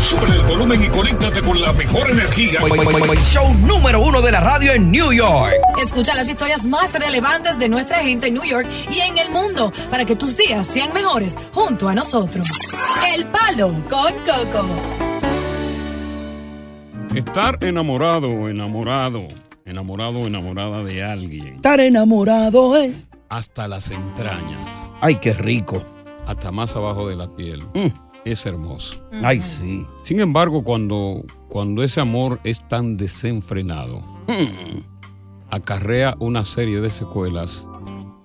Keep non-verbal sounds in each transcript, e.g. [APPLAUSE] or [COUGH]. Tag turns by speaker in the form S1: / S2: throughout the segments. S1: Sube el volumen y conéctate con la mejor energía.
S2: Show número uno de la radio en New York.
S3: Escucha las historias más relevantes de nuestra gente en New York y en el mundo para que tus días sean mejores junto a nosotros. El Palo con Coco.
S1: Estar enamorado, enamorado, enamorado, enamorada de alguien.
S2: Estar enamorado es.
S1: Hasta las entrañas,
S2: Ay, qué rico.
S1: hasta más abajo de la piel.
S2: Mm.
S1: Es hermoso.
S2: Ay, sí.
S1: Sin embargo, cuando, cuando ese amor es tan desenfrenado,
S2: Mm.
S1: acarrea una serie de secuelas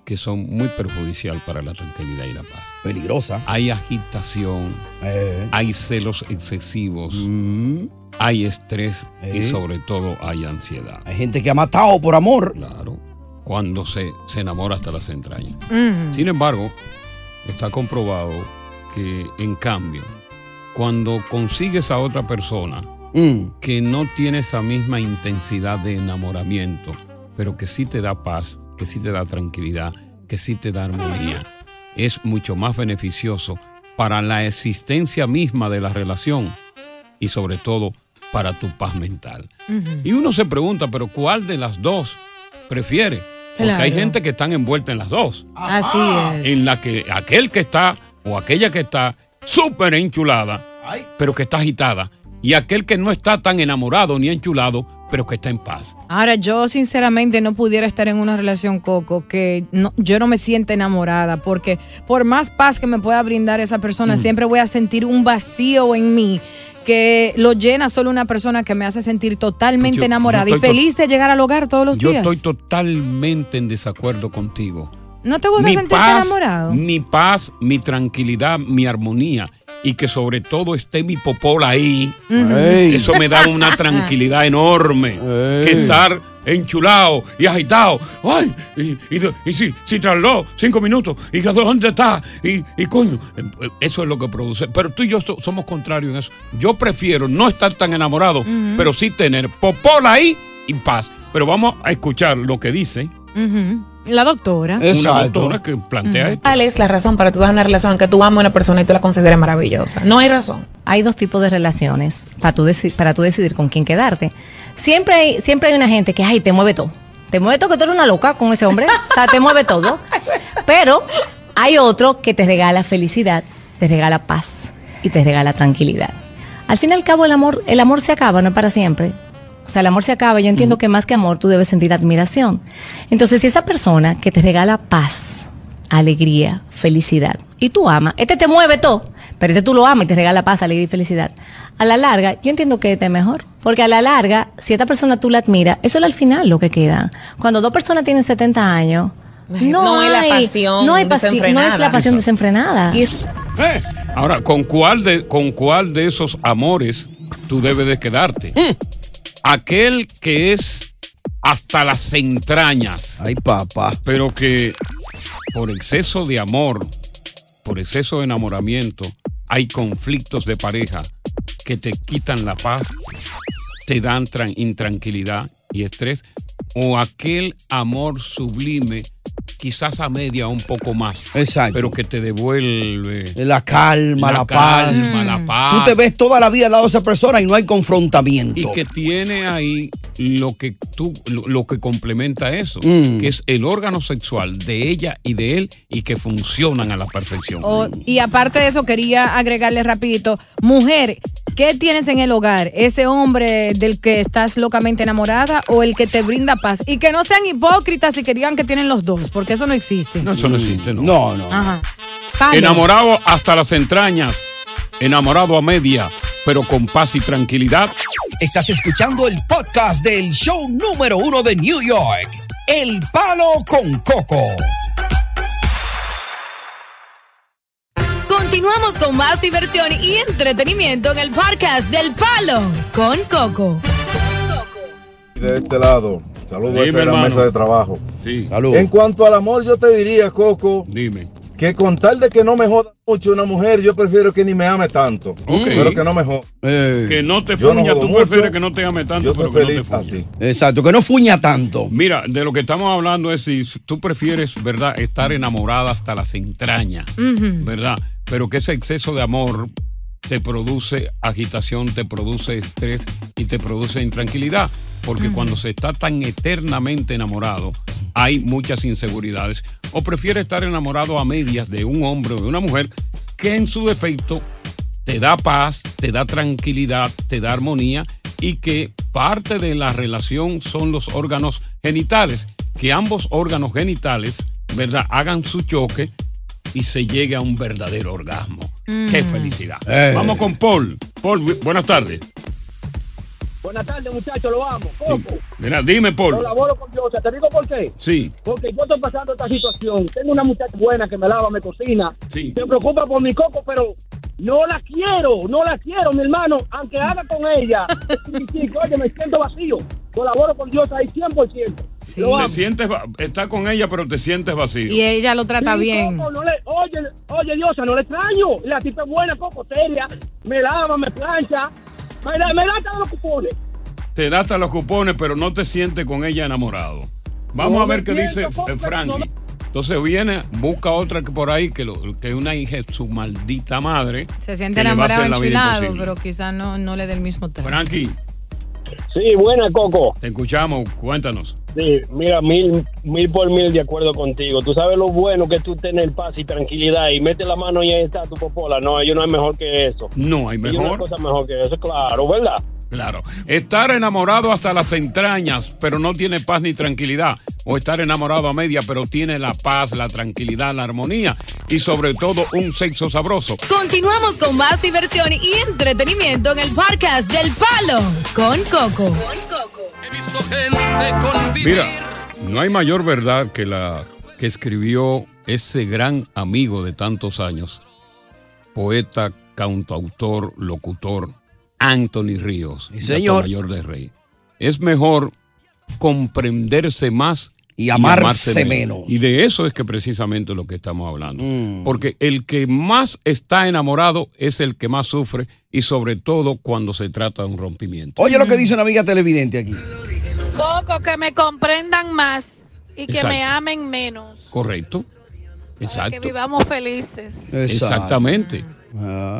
S1: que son muy perjudicial para la tranquilidad y la paz.
S2: Peligrosa.
S1: Hay agitación,
S2: Eh.
S1: hay celos excesivos,
S2: Mm.
S1: hay estrés y
S2: Eh.
S1: sobre todo hay ansiedad.
S2: Hay gente que ha matado por amor.
S1: Claro, cuando se, se enamora hasta las entrañas. Sin embargo, está comprobado que en cambio, cuando consigues a otra persona,
S2: Mm.
S1: que no tiene esa misma intensidad de enamoramiento, pero que sí te da paz, que sí te da tranquilidad, que sí te da armonía. Es mucho más beneficioso para la existencia misma de la relación y sobre todo para tu paz mental. Y uno se pregunta, pero ¿cuál de las dos prefiere? Porque hay
S3: Claro.
S1: gente que están envuelta en las dos
S3: Así es.
S1: Ah, en la que aquel que está o aquella que está súper enchulada,
S2: Ay.
S1: pero que está agitada, y aquel que no está tan enamorado ni enchulado, pero que está en paz.
S4: Ahora, yo sinceramente no pudiera estar en una relación coco que no- yo no me sienta enamorada, porque por más paz que me pueda brindar esa persona,
S1: Mm.
S4: siempre voy a sentir un vacío en mí que lo llena solo una persona que me hace sentir totalmente
S1: Yo- yo
S4: enamorada y
S1: estoy to-
S4: feliz de llegar al hogar todos los
S1: Yo
S4: días.
S1: estoy totalmente en desacuerdo contigo.
S4: ¿No te gusta
S1: Mi
S4: sentirte
S1: paz,
S4: enamorado?
S1: mi paz, mi tranquilidad, mi armonía, y que sobre todo esté mi popola ahí.
S2: Ey.
S1: Eso me da
S4: [LAUGHS]
S1: una tranquilidad enorme.
S2: Ey.
S1: Que estar enchulado y agitado. ¡Ay! Y, y- y si, si tardó cinco minutos, ¿y que dónde está? Y, y coño, eh, eso es lo que produce. Pero tú y yo so- somos contrarios en eso. Yo prefiero no estar tan enamorado, pero sí tener popola ahí y paz. Pero vamos a escuchar lo que dice
S4: Ujú. La doctora.
S1: una
S2: Exacto.
S1: doctora que plantea esto.
S5: ¿Cuál es la razón para tú dar una relación que tú ames a una persona y tú la consideres maravillosa? No hay razón.
S6: Hay dos tipos de relaciones para tú, deci- para tú decidir con quién quedarte. Siempre hay, siempre hay una gente que, ay, te mueve todo. Te mueve todo, que tú eres una loca con ese hombre. O sea, te mueve todo. Pero hay otro que te regala felicidad, te regala paz y te regala tranquilidad. Al fin y al cabo, el amor, el amor se acaba, no es para siempre. O sea, el amor se acaba. Yo entiendo que más que amor, tú debes sentir admiración. Entonces, si esa persona que te regala paz, alegría, felicidad. Y tú amas. Este te mueve todo, pero este tú lo amas y te regala paz, alegría y felicidad. A la larga, yo entiendo que este es mejor. Porque a la larga, si esta persona tú la admiras, eso es al final lo que queda. Cuando dos personas tienen 70 años, no,
S5: No hay
S6: hay,
S5: la pasión
S6: no hay pasión, no es la
S5: desenfrenada.
S6: pasión desenfrenada.
S5: Y es-
S1: Eh, Ahora, ¿con cuál, de, ¿con cuál de esos amores tú debes de quedarte?
S2: Mm.
S1: Aquel que es hasta las entrañas,
S2: Ay, papá.
S1: pero que por exceso de amor, por exceso de enamoramiento, hay conflictos de pareja que te quitan la paz, te dan tran- intranquilidad y estrés, o aquel amor sublime, quizás a media un poco más,
S2: Exacto.
S1: pero que te devuelve
S2: La calma, la, paz.
S1: calma, la paz.
S2: Tú te ves toda la vida al lado de esa persona y no hay confrontamiento.
S1: Y que tiene ahí lo que tú, lo, lo que complementa eso,
S2: Mm.
S1: que es el órgano sexual de ella y de él y que funcionan a la perfección.
S7: Oh.
S4: O- y aparte de eso, quería agregarle rapidito, mujer, ¿qué tienes en el hogar? ¿Ese hombre del que estás locamente enamorada o el que te brinda paz? Y que no sean hipócritas y que digan que tienen los dos, porque eso no existe.
S1: No, eso no existe, ¿no?
S2: No, no.
S4: Ajá. Vale.
S1: Enamorado hasta las entrañas, enamorado a media, pero con paz y tranquilidad.
S2: Estás escuchando el podcast del show número uno de New York. El Palo con Coco.
S3: Continuamos con más diversión y entretenimiento en el podcast del Palo con Coco.
S7: de este lado. Saludos
S8: Dime,
S7: a esta gran
S8: hermano.
S7: mesa de trabajo.
S1: Sí.
S7: En cuanto al amor, yo te diría, Coco, que con tal de que no me joda mucho una mujer, yo prefiero que ni me ame tanto. Pero que no me joda.
S1: Eh, que no te
S7: yo no
S1: fuña,
S7: jodo
S1: tú
S7: mucho,
S1: prefieres que no te ame tanto,
S7: yo soy
S1: pero que no te
S7: feliz
S1: fuña.
S7: así.
S2: Exacto, que no fuña tanto.
S1: Mira, de lo que estamos hablando es si tú prefieres, ¿verdad?, estar enamorada hasta las entrañas,
S5: Mm.
S9: Ujú.
S1: ¿verdad? Pero que ese exceso de amor te produce agitación, te produce estrés y te produce intranquilidad. Porque
S9: Ujú.
S1: cuando se está tan eternamente enamorado, hay muchas inseguridades. O prefiere estar enamorado a medias de un hombre o de una mujer que en su defecto te da paz, te da tranquilidad, te da armonía y que parte de la relación son los órganos genitales. Que ambos órganos genitales, ¿verdad?, hagan su choque y se llegue a un verdadero orgasmo. ¡Qué
S10: Mm.
S1: felicidad!
S2: Eh.
S1: Vamos con Paul. Paul, bu- buenas tardes.
S10: Buenas tardes, muchachos, lo amo. Coco,
S1: Mira, dime, Paul.
S10: colaboro con Dios. Te digo por qué.
S1: Sí.
S10: Porque yo estoy pasando esta situación. Tengo una muchacha buena que me lava, me cocina.
S1: Sí.
S10: Se preocupa por mi coco, pero no la quiero, no la quiero, mi hermano. Aunque haga con ella. Sí, sí, oye, me siento vacío. Colaboro con Dios ahí 100%. Lo amo.
S1: Te sientes, va- está con ella, pero te sientes vacío.
S4: Y ella lo trata
S10: Sí,
S4: bien.
S10: Coco, no le- oye, oye, Diosa, no le extraño. La tipa es buena, Coco, seria. Me lava, me plancha. Me da, me da todos los cupones.
S1: Te da hasta los cupones, pero no te sientes con ella enamorado. Vamos
S10: No
S1: a ver
S10: me
S1: qué dice
S10: siento,
S1: eh,
S10: Coco, no
S1: Frankie.
S10: me-
S1: Entonces viene, busca otra que por ahí, que, lo, que es una hija de su maldita madre.
S4: Se siente
S1: que le va a
S4: enamorado,
S1: hacer la vida
S4: enchilado,
S1: imposible.
S4: pero quizás no, no le dé el mismo tema.
S1: Frankie.
S10: Sí, buena, Coco.
S1: Te escuchamos, cuéntanos.
S10: Sí, mira, mil, mil por mil de acuerdo contigo. Tú sabes lo bueno que es tú tener paz y tranquilidad y mete la mano y ahí está tu popola. No, ellos no hay mejor que eso.
S1: No hay
S10: Ellos no
S1: mejor.
S10: hay cosa mejor que eso, claro, ¿verdad?
S1: Claro. Estar enamorado hasta las entrañas, pero no tiene paz ni tranquilidad. O estar enamorado a media, pero tiene la paz, la tranquilidad, la armonía y sobre todo un sexo sabroso.
S3: Continuamos con más diversión y entretenimiento en el podcast del Palo con Coco.
S1: Mira, no hay mayor verdad que la que escribió ese gran amigo de tantos años, poeta, cantautor, locutor, Anthony Ríos, Gato
S2: señor.
S1: mayor de rey. Es mejor comprenderse más y
S2: amarse menos.
S1: Y de eso es que precisamente lo que estamos hablando.
S2: Mm.
S1: Porque el que más está enamorado es el que más sufre y sobre todo cuando se trata de un rompimiento.
S2: Oye lo que dice una amiga televidente aquí.
S11: Coco, que me comprendan más y que me
S1: Exacto.
S11: amen menos.
S1: Correcto. Exacto.
S11: Que vivamos felices.
S1: Exactamente.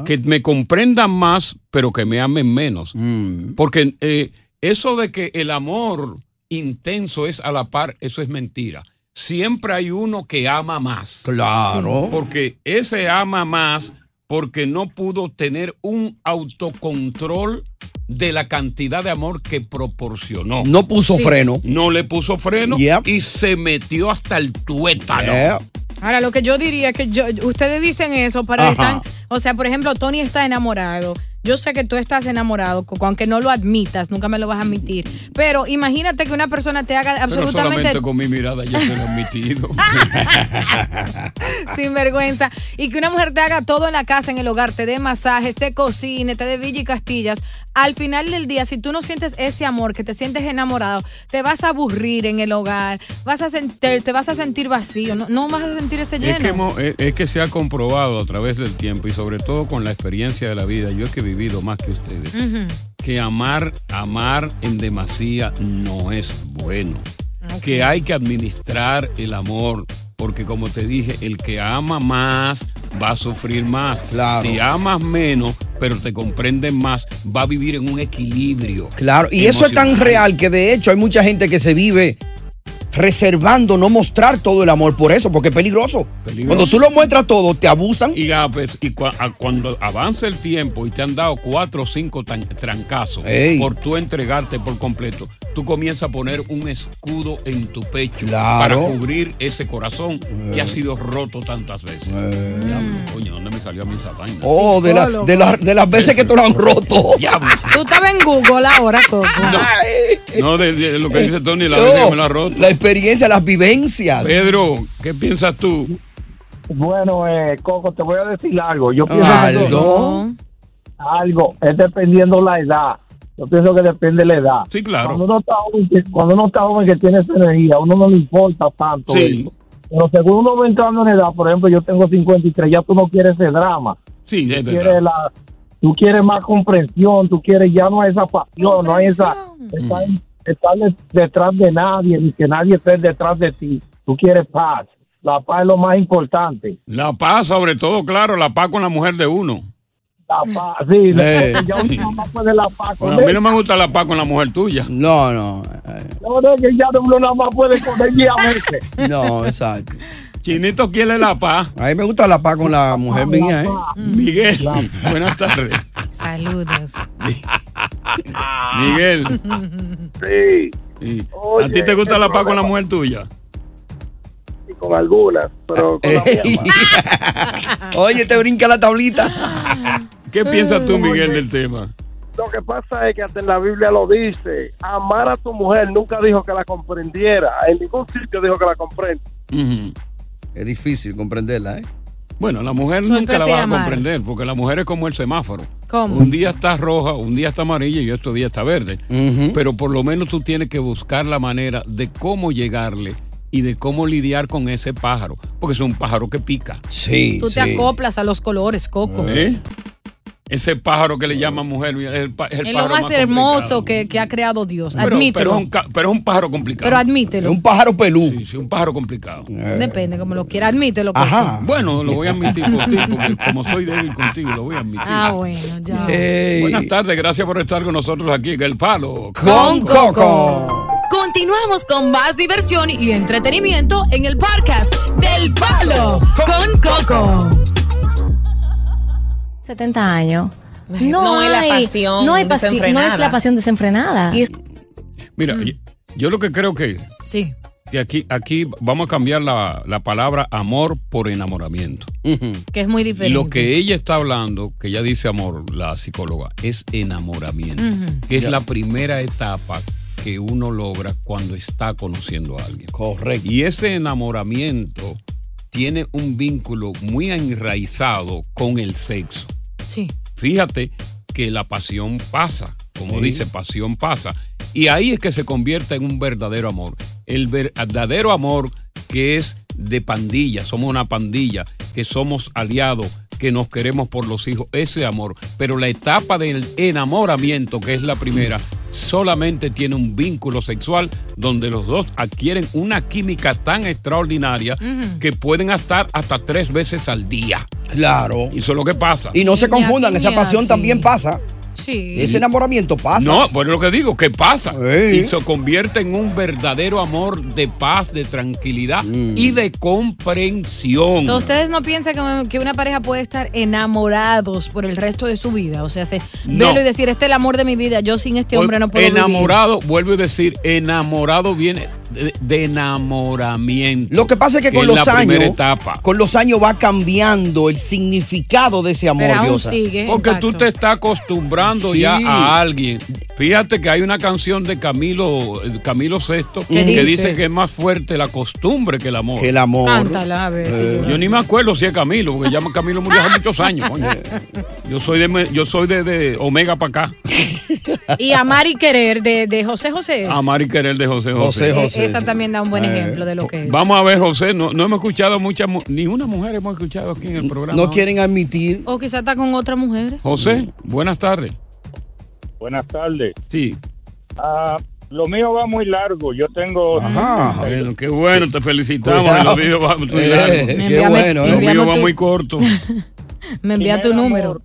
S1: Que me comprendan más, pero que me amen menos.
S2: Mm.
S1: Porque eh, eso de que el amor intenso es a la par, eso es mentira. Siempre hay uno que ama más.
S2: Claro. Sí.
S1: Porque ese ama más porque no pudo tener un autocontrol de la cantidad de amor que proporcionó.
S2: No puso Sí. freno.
S1: No le puso freno
S2: Yep.
S1: y se metió hasta el tuétano.
S4: Ahora, lo que yo diría es que yo, ustedes dicen eso, pero
S1: Ajá.
S4: están, o sea, por ejemplo, Tony está enamorado. Yo sé que tú estás enamorado, Coco, aunque no lo admitas, nunca me lo vas a admitir. Pero imagínate que una persona te haga
S1: Pero
S4: absolutamente
S1: solamente con mi mirada yo te lo
S4: [LAUGHS]
S1: he admitido.
S4: sin vergüenza y que una mujer te haga todo en la casa, en el hogar, te dé masajes, te cocine, te dé Villa y Castillas. Al final del día, si tú no sientes ese amor, que te sientes enamorado, te vas a aburrir en el hogar, vas a sentir, te vas a sentir vacío, no, no vas a sentir ese lleno.
S1: es, que hemos- es- es que se ha comprobado a través del tiempo y sobre todo con la experiencia de la vida, yo es que he vivido más que ustedes,
S4: Ujú.
S1: que amar, amar en demasía no es bueno.
S9: Ok.
S1: Que hay que administrar el amor, porque como te dije, el que ama más va a sufrir más.
S2: Claro.
S1: Si amas menos, pero te comprenden más, va a vivir en un equilibrio.
S2: Claro, y eso es tan
S1: emocional.
S2: real que de hecho hay mucha gente que se vive reservando no mostrar todo el amor por eso, porque es peligroso. Cuando tú lo muestras todo, te abusan.
S1: Y, a veces- y cua- a- cuando avanza el tiempo y te han dado cuatro o cinco tan- trancazos
S2: Ey.
S1: por tú entregarte por completo, tú comienzas a poner un escudo en tu pecho
S2: Claro.
S1: para cubrir ese corazón
S2: Eh.
S1: que ha sido roto tantas veces. Diablo, coño, ¿dónde me salió a mí esa vaina?
S2: Oh, de, la- de la- de las veces que te lo han roto.
S1: [LAUGHS]
S4: Tú estabas en Google ahora, Coco.
S8: eh,
S1: No, de, de lo que dice Tony, la
S2: eh, No,
S1: vez que me la ha roto.
S2: La experiencia, las vivencias.
S1: Pedro, ¿qué piensas Eh, tú?
S8: Bueno, eh, Coco, te voy a decir algo. Yo pienso que-
S9: ¿Algo?
S8: algo, es dependiendo la edad. Yo pienso que depende la edad.
S9: Sí, claro.
S8: Cuando uno está joven, que, cuando uno está joven que tiene esa energía, a uno no le importa tanto.
S9: Sí.
S8: eso. Pero según uno va entrando en edad, por ejemplo, yo tengo 53, ya tú no quieres ese drama.
S9: Sí, es
S8: Tú quieres,
S9: verdad.
S8: la- tú quieres más comprensión, tú quieres ya no esa pasión, no hay esa estar,
S9: Mm.
S8: estar de- detrás de nadie, ni que nadie esté detrás de ti. Tú quieres paz. La paz es lo más importante.
S1: La paz, sobre todo, claro, la paz con la mujer de uno.
S8: La paz, Ah, sí.
S2: Eh.
S8: [LAUGHS] Ya uno no puede la paz con
S1: Eh. Bueno, a mí
S8: él.
S1: no me gusta la paz con la mujer tuya.
S2: No, no.
S8: No, no, que ya uno nada más puede comer y a veces.
S2: No, exacto.
S1: Chinito quiere la paz.
S2: A mí me gusta la paz con la mujer mía, ¿eh?
S1: Miguel, buenas tardes. [LAUGHS]
S3: Saludos.
S1: Miguel.
S4: Ah.
S12: Sí.
S1: ¿A ti te gusta la paz con la mujer tuya?
S4: [LAUGHS]
S12: Con algunas, pero con la mía,
S2: Oye, te brinca la tablita.
S1: ¿Qué piensas tú, Miguel, del tema?
S12: Lo que pasa es que hasta en la Biblia lo dice. Amar a tu mujer nunca dijo que la comprendiera. En ningún sitio dijo que la comprende.
S2: Es difícil comprenderla, ¿eh?
S1: Bueno, la mujer nunca la vas a comprender, porque la mujer es como el semáforo.
S2: ¿Cómo?
S1: Un día está roja, un día está amarilla y otro día está verde. Pero por lo menos tú tienes que buscar la manera de cómo llegarle y de cómo lidiar con ese pájaro, porque es un pájaro que pica.
S2: Sí.
S4: Tú te acoplas a los colores, Coco.
S1: ¿Eh? Ese pájaro que le llaman mujer es el, pa- es el
S4: Es lo
S1: pájaro
S4: más,
S1: más
S4: hermoso que, que ha creado Dios.
S1: Pero- Pero,
S4: Admítelo.
S1: es un, ca- pero es un pájaro complicado.
S4: Pero admítelo. Eh, Es un
S2: pájaro pelú.
S1: Sí, sí, un pájaro complicado.
S4: Depende, como lo quiera, admítelo. Coco.
S1: Ajá. Bueno, lo voy a admitir contigo, [LAUGHS] porque como soy débil contigo, lo voy a admitir.
S4: Ah, bueno, ya.
S1: Buenas tardes, gracias por estar con nosotros aquí en El Palo.
S3: Con Continuamos con más diversión y entretenimiento en el podcast del Palo con Coco.
S6: 70 años. No,
S5: [LAUGHS] No
S6: hay
S5: es la pasión
S6: no hay pasión, No es la
S5: desenfrenada.
S6: pasión desenfrenada.
S1: Mira,
S4: Mm.
S1: yo, yo lo que creo que,
S4: Sí.
S1: que aquí, aquí vamos a cambiar la, la palabra amor por enamoramiento.
S4: Que es muy diferente.
S1: Lo que ella está hablando, que ella dice amor, la psicóloga, es enamoramiento,
S4: Ujú.
S1: que es
S4: Ya.
S1: la primera etapa que uno logra cuando está conociendo a alguien.
S2: Correcto.
S1: Y ese enamoramiento tiene un vínculo muy enraizado con el sexo.
S4: Sí.
S1: Fíjate que la pasión pasa, como
S13: Sí.
S1: dice, pasión pasa. Y ahí es que se convierte en un verdadero amor. El verdadero amor que es de pandilla, somos una pandilla, que somos aliados, que nos queremos por los hijos, ese amor. Pero la etapa del enamoramiento, que es la primera, solamente tiene un vínculo sexual donde los dos adquieren una química tan extraordinaria
S2: Ujú.
S1: que pueden estar hasta tres veces al día.
S2: Claro.
S1: Eso es lo que pasa.
S2: Y no se confundan, esa pasión también pasa.
S4: Sí.
S2: Ese enamoramiento pasa.
S1: No, pues lo que digo, que pasa. Y se convierte en un verdadero amor de paz, de tranquilidad
S2: Mm.
S1: y de comprensión.
S4: So, ustedes no piensan que, que una pareja puede estar enamorados por el resto de su vida. O sea, se,
S1: No.
S4: verlo y decir, este es el amor de mi vida. Yo sin este hombre no puedo
S1: enamorado, vuelvo a decir, enamorado viene de, de enamoramiento.
S2: Lo que pasa es que con
S1: es
S2: los
S1: la primera
S2: años-
S1: etapa.
S2: Con los años va cambiando el significado de ese amor, Diosa.
S1: Porque tú te estás acostumbrando
S2: Sí.
S1: ya a alguien. Fíjate que hay una canción de Camilo, Camilo VI
S2: ¿Qué
S1: que
S2: dice?
S1: dice? que es más fuerte la costumbre que el amor.
S2: Que el amor.
S4: Cántala, a ver si
S1: Eh,
S4: yo
S1: yo ni me acuerdo si es Camilo, porque ya Camilo murió hace muchos años. coño. Yo soy de me- yo soy de, de Omega para acá.
S4: vivir". [LAUGHS] Y Amar y Querer de, de José José. es.
S1: Amar y querer de José José. Eh,
S4: Eh, Esa también da un buen ejemplo de lo que es.
S1: Vamos a ver, José, no, no hemos escuchado muchas, mu- ni una mujer hemos escuchado aquí en el programa.
S2: No quieren admitir.
S4: O quizá está con otra mujer.
S1: José, buenas tardes.
S14: Buenas tardes.
S1: Sí.
S14: Ah, lo mío va muy largo. Yo tengo.
S1: Bueno, qué bueno, te felicitamos.
S14: Cuidado.
S1: Lo mío va muy
S14: Eh,
S1: largo.
S14: qué Envíame- bueno, eh.
S1: Lo mío
S14: envíame
S1: va
S14: tu-
S1: muy corto.
S4: [LAUGHS] Me envía tu número.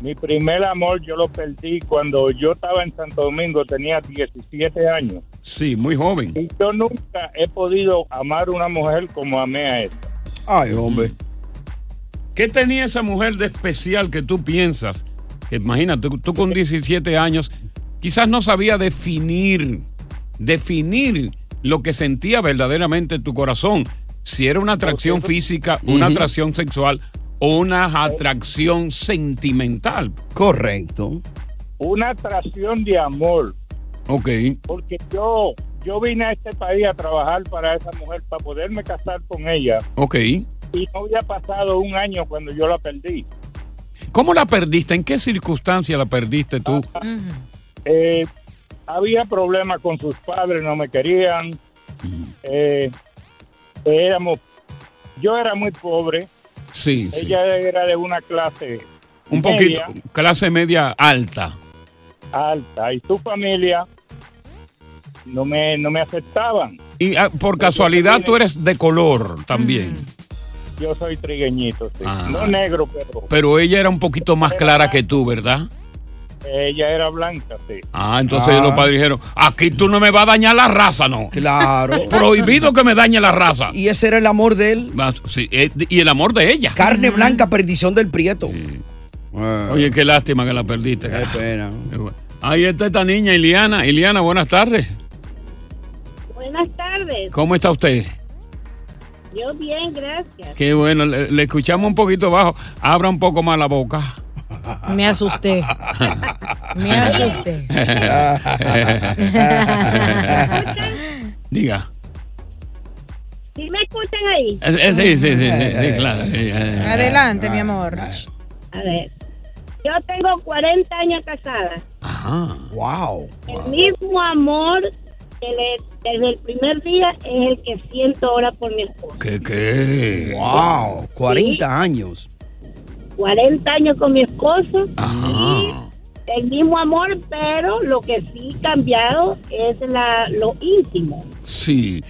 S14: Mi primer amor yo lo perdí cuando yo estaba en Santo Domingo, tenía 17 años.
S1: Sí, muy joven.
S14: Y yo nunca he podido amar una mujer como amé a esta.
S2: Ay, hombre.
S1: ¿Qué tenía esa mujer de especial que tú piensas? Que imagínate, tú con 17 años quizás no sabía definir, definir lo que sentía verdaderamente tu corazón. Si era una atracción física, una
S2: Ujú.
S1: atracción sexual o una atracción sentimental.
S2: Correcto.
S14: Una atracción de amor.
S1: Ok.
S14: Porque yo, yo vine a este país a trabajar para esa mujer, para poderme casar con ella.
S1: Ok.
S14: y no había pasado un año cuando yo la perdí.
S1: ¿Cómo la perdiste? ¿En qué circunstancia la perdiste tú?
S14: Ah, Eh, había problemas con sus padres, no me querían. Eh, éramos, yo era muy pobre.
S1: Sí, sí.
S14: Ella era de una clase
S1: Un poquito,
S14: media,
S1: clase media alta.
S14: alta y su familia no me, no me aceptaban.
S1: Y ah, por casualidad tú eres de color también,
S2: Mm.
S14: Yo soy trigueñito, sí.
S1: Ah.
S14: no negro, pero
S1: pero ella era un poquito más clara que tú, ¿verdad?
S14: ella era blanca, sí.
S1: Ah, entonces
S14: Ah.
S1: los padres dijeron, aquí tú no me vas a dañar la raza, ¿no?
S2: Claro.
S1: [LAUGHS] Prohibido que me dañe la raza.
S2: Y ese era el amor de él.
S1: Vas- sí, eh, y el amor de ella. Mm.
S2: Carne blanca, perdición del prieto. Ah.
S1: Oye, qué lástima que la perdiste. Qué pena. Ahí está esta niña, Iliana. Iliana, buenas tardes.
S9: Buenas tardes.
S1: ¿Cómo está usted?
S9: Yo bien, gracias.
S1: Qué bueno, le, le escuchamos un poquito bajo. Abra un poco más la boca.
S4: Me asusté. Me asusté.
S1: [LAUGHS] Diga.
S9: ¿Sí me escuchan ahí?
S1: Eh, eh, Sí, sí, sí, sí, sí, claro. Eh, eh, eh.
S4: Adelante, mi amor.
S9: A ver. Yo tengo 40 años casada.
S1: Ah,
S2: wow.
S9: El mismo amor que le- desde el primer día es el que siento ahora por mi esposo.
S1: ¿Qué, qué?
S2: Wow, 40 años.
S9: 40 años con mi esposo.
S1: Ajá.
S9: El mismo amor, pero lo que sí cambiado es la, lo íntimo.
S1: Sí.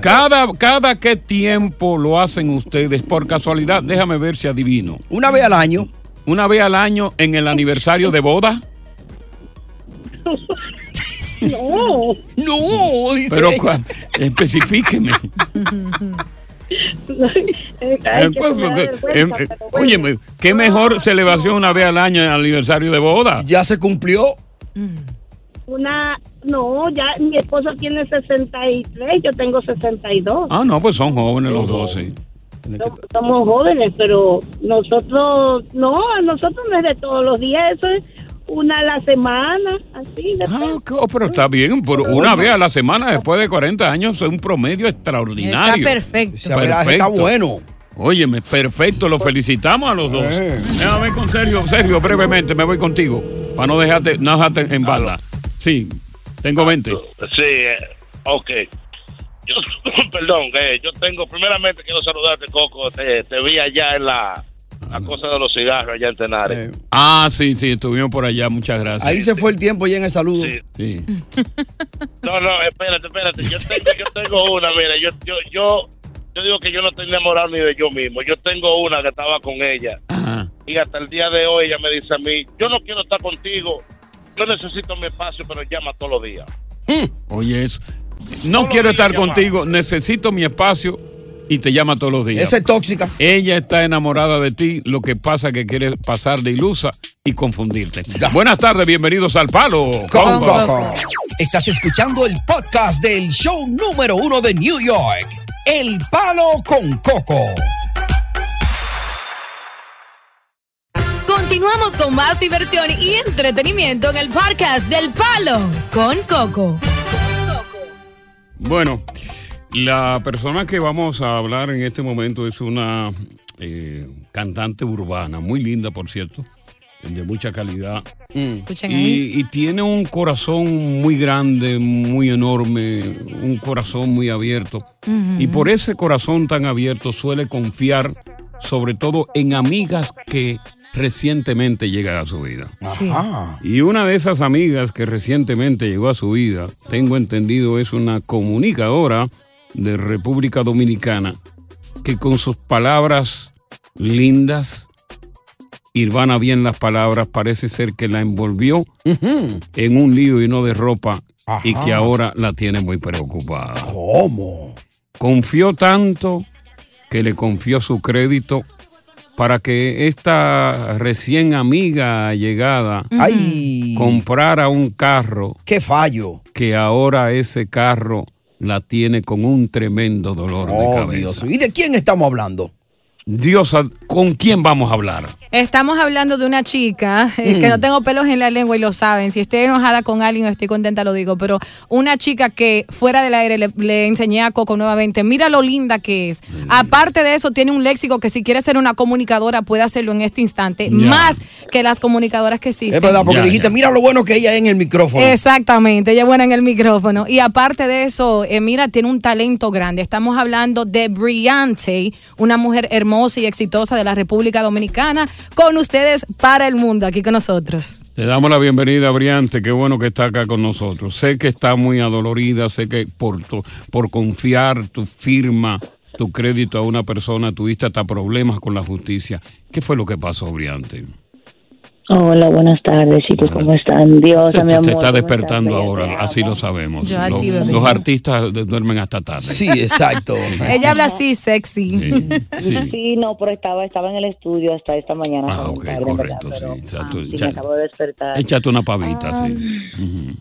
S1: Cada, cada qué tiempo lo hacen ustedes, por casualidad, déjame ver si adivino.
S2: Una vez al año.
S1: Una vez al año en el aniversario de boda.
S9: No.
S2: no,
S1: Pero cua- especifíqueme.
S12: [LAUGHS]
S9: Ay, que
S1: Pues,
S9: me da
S1: porque-
S9: vergüenza,
S1: em,
S9: pero bueno.
S1: óyeme, qué mejor celebración una vez al año en el aniversario de boda.
S2: Ya se cumplió.
S9: Una, no, ya mi esposo tiene 63, yo tengo 62.
S1: Ah, no, pues son jóvenes los dos, sí.
S9: Som- Somos jóvenes, pero nosotros, no, a nosotros no es de todos los días, eso es una a la semana, así. de pronto.
S1: Oh, pero está bien, por una vez a la semana después de 40 años es un promedio extraordinario.
S4: Está perfecto.
S2: Ese averaje está bueno. Eh.
S1: Óyeme, perfecto, los felicitamos a los dos. Déjame con Sergio, Sergio, brevemente, me voy contigo, para no dejarte, no dejarte en bala. Sí, tengo 20.
S13: Sí, eh, ok. Yo, [COUGHS] perdón, eh, yo tengo, primeramente quiero saludarte, Coco. Te, te vi allá en la, la cosa de los cigarros, allá en Tenares.
S1: Ah, sí, sí, estuvimos por allá, muchas gracias.
S2: Ahí se fue el tiempo ya en el saludo.
S1: Sí.
S13: No, no, espérate, espérate. Yo tengo, yo tengo una, mira, yo, yo, yo, yo digo que yo no estoy enamorado ni de yo mismo. Yo tengo una que estaba con ella. Y hasta el día de hoy ella me dice a mí, yo no quiero estar contigo. Yo necesito mi espacio, pero llama todos los días.
S1: Oye, eso. No quiero estar contigo, necesito mi espacio y te llama todos los días.
S2: Esa es tóxica.
S1: Ella está enamorada de ti, lo que pasa que quiere pasar de ilusa y confundirte. Buenas tardes, bienvenidos al Palo con Coco.
S2: Estás escuchando el podcast del show número uno de New York. El palo con coco.
S3: Continuamos con más diversión y entretenimiento en el podcast del Palo con Coco.
S1: Bueno, la persona que vamos a hablar en este momento es una eh, cantante urbana, muy linda, por cierto, de mucha calidad.
S4: Escuchen ahí.
S1: Y, y tiene un corazón muy grande, muy enorme, un corazón muy abierto.
S4: Ujú.
S1: Y por ese corazón tan abierto suele confiar sobre todo en amigas que recientemente llegan a su vida.
S4: Sí.
S1: Y una de esas amigas que recientemente llegó a su vida, tengo entendido, es una comunicadora de República Dominicana que con sus palabras lindas, Irvana bien las palabras, parece ser que la envolvió en un lío y no de ropa y que ahora la tiene muy preocupada.
S2: ¿Cómo?
S1: Confió tanto que le confió su crédito para que esta recién amiga llegada comprara un carro.
S2: ¡Qué fallo!
S1: Que ahora ese carro la tiene con un tremendo dolor de
S2: Oh,
S1: cabeza.
S2: Dios mío. ¿Y de quién estamos hablando?
S1: Diosa, ¿con quién vamos a hablar?
S4: Estamos hablando de una chica eh,
S1: Mm.
S4: que no tengo pelos en la lengua y lo saben. Si estoy enojada con alguien o estoy contenta, lo digo. Pero una chica que fuera del aire le, le enseñé a Coco nuevamente. Mira lo linda que es.
S2: Mm.
S4: Aparte de eso, tiene un léxico que si quiere ser una comunicadora puede hacerlo en este instante.
S2: Ya.
S4: Más que las comunicadoras que existen.
S2: Es verdad, porque dijiste, mira lo bueno que ella es en el micrófono.
S4: Exactamente, ella es buena en el micrófono. Y aparte de eso, eh, mira, tiene un talento grande. Estamos hablando de Briante, una mujer hermosa y exitosa de la República Dominicana, con ustedes para el mundo, aquí con nosotros.
S1: Te damos la bienvenida, Briante. Qué bueno que está acá con nosotros. Sé que está muy adolorida, sé que por, tu- por confiar tu firma, tu crédito a una persona, tuviste hasta problemas con la justicia. ¿Qué fue lo que pasó, Briante?
S15: Hola, buenas tardes, chicos. ¿Cómo están? Dios,
S1: Se-
S15: mi
S1: te,
S15: amor.
S1: te está
S15: ¿cómo estás?
S1: despertando ahora, así lo sabemos.
S4: Yo a
S1: Los-
S4: ti, bebé.
S1: los artistas du- duermen hasta tarde.
S2: Sí, exacto.
S4: [LAUGHS] Ella habla así, sexy.
S1: Sí.
S15: [LAUGHS] Sí, no, pero estaba, estaba en el estudio hasta esta mañana.
S1: Ah, ok, correcto, sí. exacto. Echa-
S15: me acabo de despertar.
S1: échate una pavita,
S15: Ah,
S1: sí. Ujú.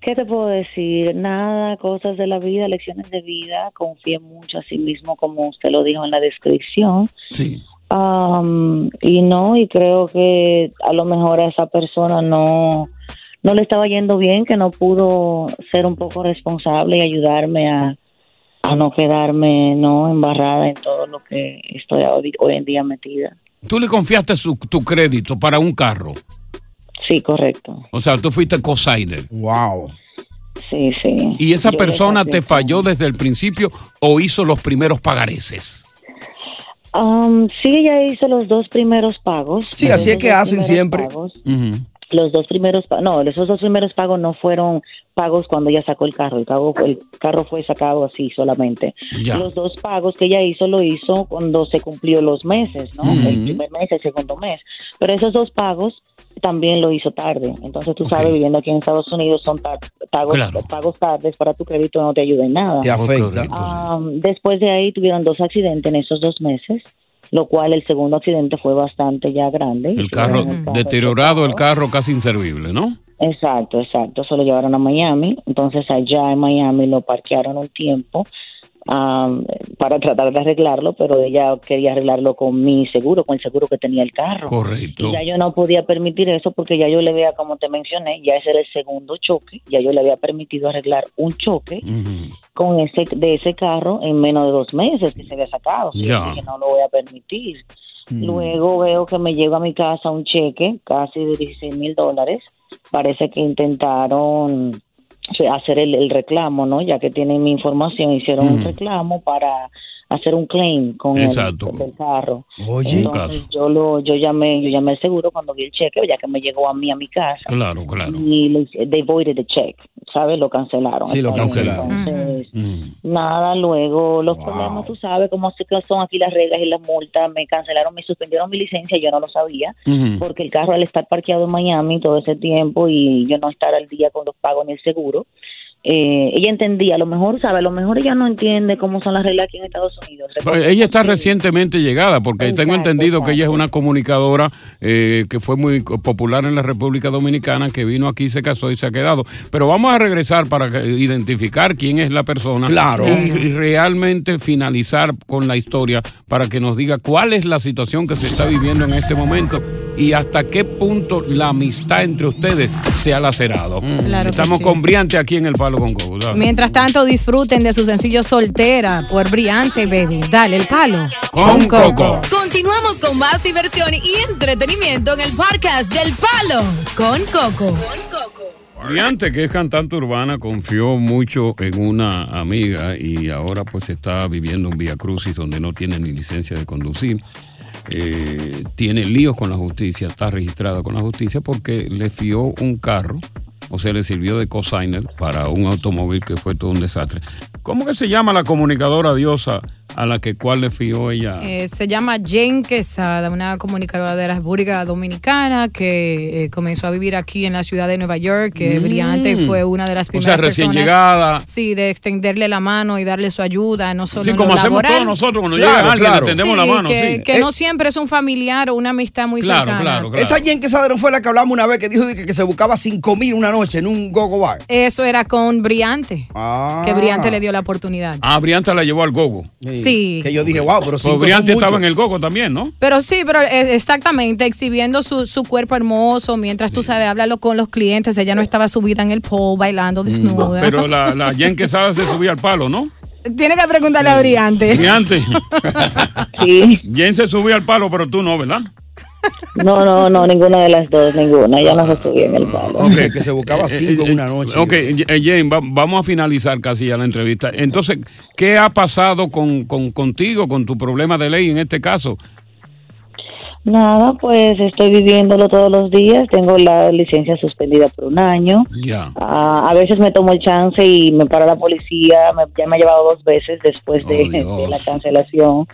S15: ¿Qué te puedo decir? Nada, cosas de la vida, lecciones de vida. Confíe mucho a sí mismo, como usted lo dijo en la descripción.
S1: Sí.
S15: Am, um, y no, y creo que a lo mejor a esa persona no, no le estaba yendo bien, que no pudo ser un poco responsable y ayudarme a, a no quedarme no embarrada en todo lo que estoy hoy, hoy en día metida.
S1: Tú le confiaste su- tu crédito para un carro.
S15: Sí, correcto.
S1: O sea, tú fuiste co-signer.
S2: Wow.
S15: Sí, sí.
S1: ¿Y esa
S15: Yo le
S1: persona te
S15: confieso.
S1: falló desde el principio o hizo los primeros pagareces?
S15: Am, Um, sí, ella hizo los dos primeros pagos.
S2: Sí,
S15: Los
S2: así es
S15: dos
S2: que hacen
S15: primeros
S2: siempre.
S15: pagos.
S1: Ujú.
S15: los dos primeros pa- no esos dos primeros pagos no fueron pagos cuando ella sacó el carro el carro el carro fue sacado así solamente
S9: Ya.
S15: los dos pagos que ella hizo lo hizo cuando se cumplió los meses no
S9: Ujú.
S15: el primer mes el segundo mes pero esos dos pagos también lo hizo tarde entonces tú sabes viviendo aquí en Estados Unidos son tar- pagos
S9: Claro.
S15: pagos tardes para tu crédito no te ayuda en nada
S2: Te afecta.
S9: Pues
S15: Ah, después de ahí tuvieron dos accidentes en esos dos meses lo cual el segundo accidente fue bastante ya grande
S1: El carro deteriorado, el carro casi inservible, ¿no?
S15: Exacto, exacto. Se lo llevaron a Miami. Entonces allá en Miami lo parquearon un tiempo am, para tratar de arreglarlo, pero ella quería arreglarlo con mi seguro, con el seguro que tenía el carro.
S1: Correcto.
S15: Y ya yo no podía permitir eso porque ya yo le había, como te mencioné, ya ese era el segundo choque. Ya yo le había permitido arreglar un choque
S9: Mm.
S15: con ese de ese carro en menos de dos meses que se había sacado. Así
S9: Ya.
S15: que no lo voy a permitir.
S9: Mm.
S15: Luego veo que me llega a mi casa un cheque casi de 16 mil dólares. Parece que intentaron o sea, hacer el, el reclamo, ¿no? Ya que tienen mi información, hicieron un
S9: Mm.
S15: reclamo para hacer un claim con el,
S9: Exacto.
S15: del carro.
S9: Oye.
S15: Entonces, yo lo, yo llamé, yo llamé al seguro cuando vi el cheque, ya que me llegó a mí a mi casa
S1: Claro, claro.
S15: y le, they voided the check, ¿sabes? Lo cancelaron.
S1: Sí, lo
S15: Entonces,
S1: cancelaron.
S15: entonces,
S1: Mm.
S15: Nada, luego los problemas, tú sabes cómo se- que son aquí las reglas y las multas. Me cancelaron, me suspendieron mi licencia, yo no lo sabía,
S1: Mm-hmm.
S9: Ujú.
S15: porque el carro al estar parqueado en Miami todo ese tiempo y yo no estar al día con los pagos ni el seguro, eh, ella entendía, a lo mejor, ¿sabes? A lo mejor ella no entiende cómo son las reglas aquí en Estados
S1: [LAUGHS]
S15: Unidos.
S1: Pues ella está recientemente llegada, porque tengo entendido que ella es una comunicadora eh, que fue muy co- popular en la República Dominicana, que vino aquí, se casó y se ha quedado. Pero vamos a regresar para que- identificar quién es la persona
S2: Claro.
S1: y, y realmente finalizar con la historia para que nos diga cuál es la situación que se está viviendo en este momento y hasta qué punto la amistad entre ustedes se ha lacerado.
S4: Claro que
S1: Estamos
S4: sí.
S1: con Briante aquí en el Palo con Coco. Dale.
S4: Mientras tanto, disfruten de su sencillo Soltera por Briante, baby. Dale el palo.
S1: Con Coco.
S3: Continuamos con más diversión y entretenimiento en el podcast del Palo con Coco.
S1: Briante, que es cantante urbana, confió mucho en una amiga y ahora pues está viviendo en Vía Crucis donde no tiene ni licencia de conducir. Eh, tiene líos con la justicia, está registrada con la justicia porque le fió un carro, o sea, le sirvió de cosigner para un automóvil que fue todo un desastre. ¿Cómo que se llama la comunicadora diosa a la que cual le fió ella?
S4: Eh, se llama Jane Quesada, una comunicadora de la República Dominicana que eh, comenzó a vivir aquí en la ciudad de Nueva York, que
S1: Mm.
S4: brillante fue una de las
S1: o sea,
S4: primeras
S1: recién
S4: personas.
S1: llegada.
S4: Sí, de extenderle la mano y darle su ayuda, no solo
S1: Sí,
S4: en lo
S1: como hacemos
S4: laboral.
S1: todos nosotros cuando
S2: Claro,
S1: llega alguien,
S2: claro.
S1: le tendemos
S4: Sí,
S1: la mano.
S4: que,
S1: sí.
S4: que
S2: Eh,
S4: no siempre es un familiar o una amistad muy cercana.
S2: Esa Jen Quesada no fue la que hablamos una vez que dijo de que, que se buscaba 5 mil una noche en un go-go bar.
S4: Eso era con Briante,
S2: Ah.
S4: que Briante le dio la oportunidad.
S1: Ah, Brianta la llevó al gogo.
S4: Sí, Sí.
S2: Que yo dije, wow, pero cinco
S1: Pobriante
S2: son
S1: estaba
S2: muchos.
S1: en el coco también, ¿no?
S4: Pero sí, pero eh, exactamente, exhibiendo su, su cuerpo hermoso mientras tú sabes, háblalo con los clientes. Ella no estaba subida en el pole
S15: Mm,
S4: bailando desnuda.
S1: Pero la, la Jen Quesada se subía al palo, ¿no?
S4: Tiene que preguntarle a Briante.
S1: [LAUGHS] Briante. Jen se subía al palo, pero tú no, ¿verdad?
S15: No, no, no, ninguna de las dos, ninguna. Ya no
S1: Ah.
S15: se subí en el palo.
S2: que se buscaba
S1: cinco en una noche. Eh, Ok, eh, Jane, va- vamos a finalizar casi ya la entrevista. Entonces, ¿qué ha pasado con, con- contigo, con tu problema de ley en este caso?
S15: Nada, pues estoy viviéndolo todos los días. Tengo la licencia suspendida por un año.
S1: Ya.
S15: Ah, a veces me tomo el chance y me para la policía. Me, ya me ha llevado dos veces después de,
S1: Oh,
S15: [LAUGHS] de la cancelación.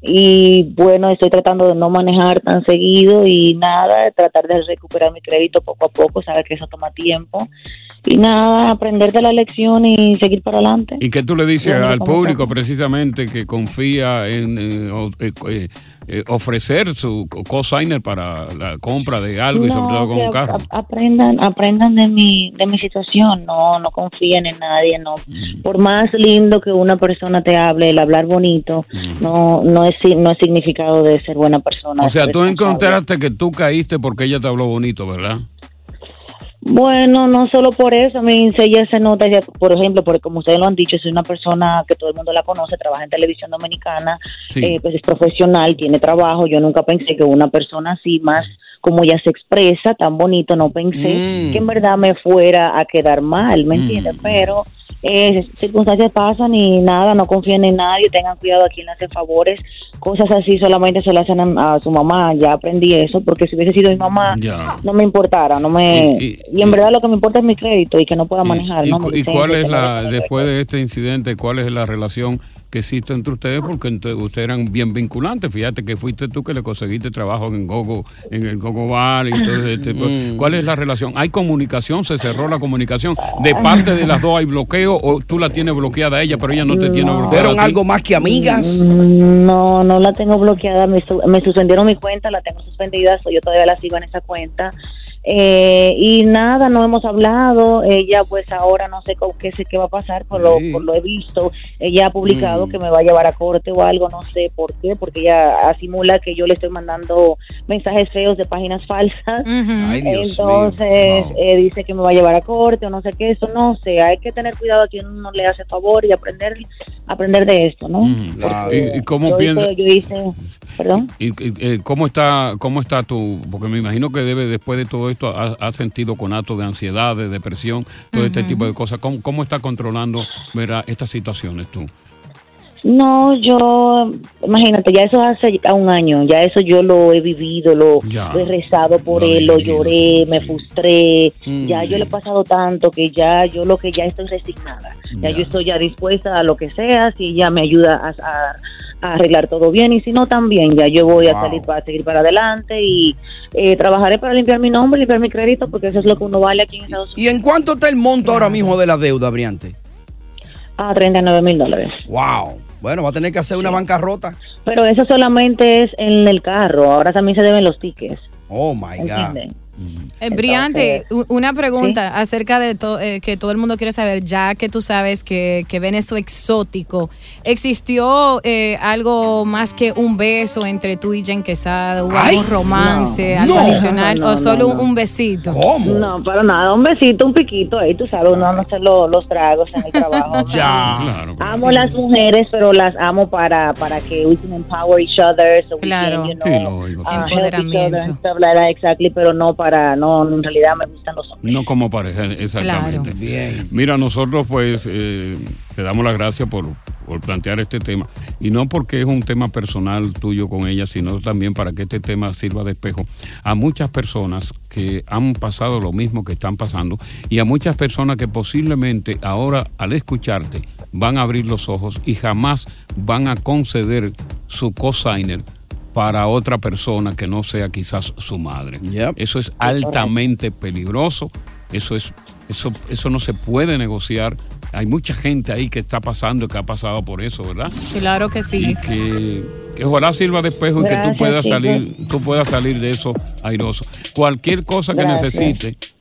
S15: Y bueno, estoy tratando de no manejar tan seguido y nada, tratar de recuperar mi crédito poco a poco. Saber que eso toma tiempo. Y nada, aprender de la lección y seguir para adelante.
S1: ¿Y qué tú le dices
S15: Bueno,
S1: al
S15: ¿cómo
S1: público precisamente que confía en eh, o- eh, co- eh, eh, ofrecer su co- cosigner para la compra de algo y
S15: No,
S1: sobre todo con
S15: que
S1: un carro?
S15: ap- aprendan, aprendan de mi, de mi situación, no, no confíen en nadie, no. Por más lindo que una persona te hable, el hablar bonito, no, no es, si- no es significado de ser buena persona.
S1: O sea,
S15: ser
S1: tú
S15: responsable.
S1: encontraste que tú caíste porque ella te habló bonito, ¿verdad?
S15: Bueno, no solo por eso, a mí se- ella se nota, ella, por ejemplo, porque como ustedes lo han dicho, es una persona que todo el mundo la conoce, trabaja en televisión dominicana,
S16: Sí.
S15: eh, pues es profesional, tiene trabajo, yo nunca pensé que una persona así más como ella se expresa tan bonito, no pensé
S16: Mm.
S15: que en verdad me fuera a quedar mal,
S1: Mm.
S15: ¿me entiendes? Pero eh, circunstancias pasan y nada, no confíen en nadie, tengan cuidado a quien le hacen favores, cosas así solamente se le hacen a, a su mamá, ya aprendí eso, porque si hubiese sido mi mamá,
S1: Ya.
S15: no me importara, no me...
S1: Y-
S15: Y, en verdad lo que me importa es mi crédito y que no pueda manejar,
S1: ¿Y,
S15: ¿no?
S1: cu-
S15: Mi
S1: y cuál
S15: licencia,
S1: es la,
S15: tener-
S1: después de este incidente, cuál es la relación que existe entre ustedes? Porque ent- ustedes eran bien vinculantes. Fíjate que fuiste tú que le conseguiste trabajo en Gogo, en el Gogo Bar y todo
S15: [LAUGHS]
S1: este. pues, ¿Cuál es
S15: Mm.
S1: la relación? ¿Hay comunicación? ¿Se cerró la comunicación? ¿De parte de las dos hay bloqueo o tú la tienes bloqueada a ella, pero ella no te tiene bloqueada?
S2: ¿Fueron
S1: a ti?
S2: algo más que amigas?
S15: Mm, No, no la tengo bloqueada, me, su- me suspendieron mi cuenta, la tengo suspendida, so yo todavía la sigo en esa cuenta. Eh, y nada, no hemos hablado, ella pues ahora no sé con qué sé qué va a pasar, por,
S16: Sí. Mm.
S15: lo, por lo he visto, ella ha publicado que me va a llevar a corte o algo, no sé por qué, porque ella simula que yo le estoy mandando mensajes feos de páginas falsas,
S16: Ay, Dios mío.
S15: entonces eh, dice que me va a llevar a corte o no sé qué, eso no sé, hay que tener cuidado a quien uno le hace favor y aprender, aprender de esto, ¿no?
S1: Mm, ¿Y, y cómo
S15: yo
S1: piensas?
S15: Hice, yo hice, perdón.
S1: ¿Y, y- eh, cómo está cómo está tu porque me imagino que debe después de todo esto has has sentido con actos de ansiedad de depresión todo este tipo de cosas cómo, cómo está controlando verá estas situaciones tú
S15: No, yo, imagínate, ya eso hace ya un año, ya eso yo lo he vivido, lo,
S16: Ya.
S15: lo he rezado por él, lo lloré, me frustré, ya yo le he pasado tanto que ya yo lo que ya estoy resignada, ya, yo estoy ya dispuesta a lo que sea, si ella me ayuda a, a- a arreglar todo bien y si no también, ya yo voy a
S16: Wow.
S15: salir para seguir para adelante y eh, trabajaré para limpiar mi nombre, limpiar mi crédito, porque eso es lo que uno vale aquí en Estados Unidos.
S2: ¿Y en cuánto está el monto ahora mismo de la deuda, Briante?
S15: A 39 mil dólares.
S2: Wow. Bueno, va a tener que hacer una bancarrota.
S15: Pero eso solamente es en el carro, ahora también se deben los tickets.
S2: Oh my God.
S15: ¿entienden?
S4: Eh, Briante, u- una pregunta acerca de to- eh, que todo el mundo quiere saber, ya que tú sabes que, que ven eso exótico. ¿Existió eh, algo más que un beso entre tú y Jen Quesada? ¿Hubo
S15: Ay,
S4: algún romance,
S15: no,
S4: algo
S15: no.
S4: adicional
S15: No, no,
S4: o solo
S15: no, no.
S4: un besito?
S15: No, para nada, un besito, un piquito ahí, tú sabes, uno no se lo- los tragos en el
S2: [LAUGHS]
S15: trabajo.
S2: Ya.
S15: amo las mujeres, pero las amo para, para que we can empower each other, so we
S4: Claro.
S15: can, you know,
S1: Sí, lo oigo, sí.
S15: uh, help each other and stuff like that, exactly, pero no para, no, en realidad me gustan los hombres.
S1: no como pareja exactamente
S2: Claro. Bien.
S1: mira nosotros pues eh, te damos las gracias por por plantear este tema y no porque es un tema personal tuyo con ella sino también para que este tema sirva de espejo a muchas personas que han pasado lo mismo que están pasando y a muchas personas que posiblemente ahora al escucharte van a abrir los ojos y jamás van a conceder su cosigner para otra persona que no sea quizás su madre. Eso es altamente peligroso, eso es eso eso no se puede negociar. Hay mucha gente ahí que está pasando, que ha pasado por eso, ¿verdad?
S4: Claro que sí.
S1: que, que ojalá sirva de espejo y que tú
S4: Gracias,
S1: puedas
S4: chicos.
S1: salir, tú puedas salir de eso airoso. Cualquier cosa que
S4: Gracias.
S1: necesites,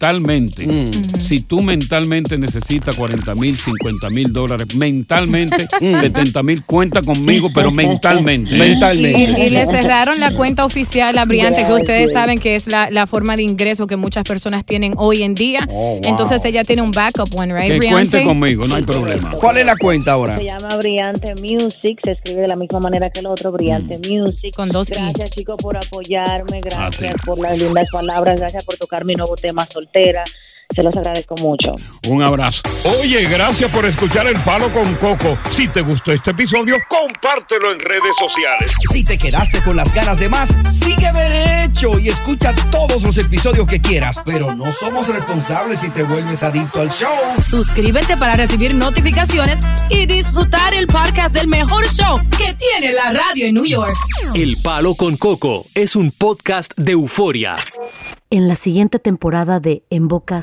S1: mentalmente. Si tú mentalmente necesitas 40 mil, 50 mil dólares, [LAUGHS] mentalmente, 70 mil, cuenta conmigo, [LAUGHS] pero mentalmente. ¿eh?
S4: Y, y le cerraron la cuenta oficial a Briante, que ustedes saben que es la, la forma de ingreso que muchas personas tienen hoy en día.
S1: wow.
S4: Entonces ella tiene un backup one, right,
S1: Que
S4: Briante?
S1: cuente conmigo, no hay problema.
S2: ¿Cuál es la cuenta ahora?
S15: Se llama Brillante Music, se escribe de la misma manera que el otro, Brillante
S2: Mm.
S15: Music.
S4: Con dos
S15: Gracias, chicos, por
S2: Ah,
S15: apoyarme, gracias por las lindas palabras, gracias por tocar mi nuevo tema soltera. Se los agradezco mucho.
S1: Un abrazo. Oye, gracias por escuchar El Palo con Coco. Si te gustó este episodio, compártelo en redes sociales.
S2: Si te quedaste con las ganas de más, sigue derecho y escucha todos los episodios que quieras. Pero no somos responsables si te vuelves adicto al show.
S3: Suscríbete para recibir notificaciones y disfrutar el podcast del mejor show que tiene la radio en New York.
S17: El Palo con Coco es un podcast de euforia.
S18: En la siguiente temporada de En Boca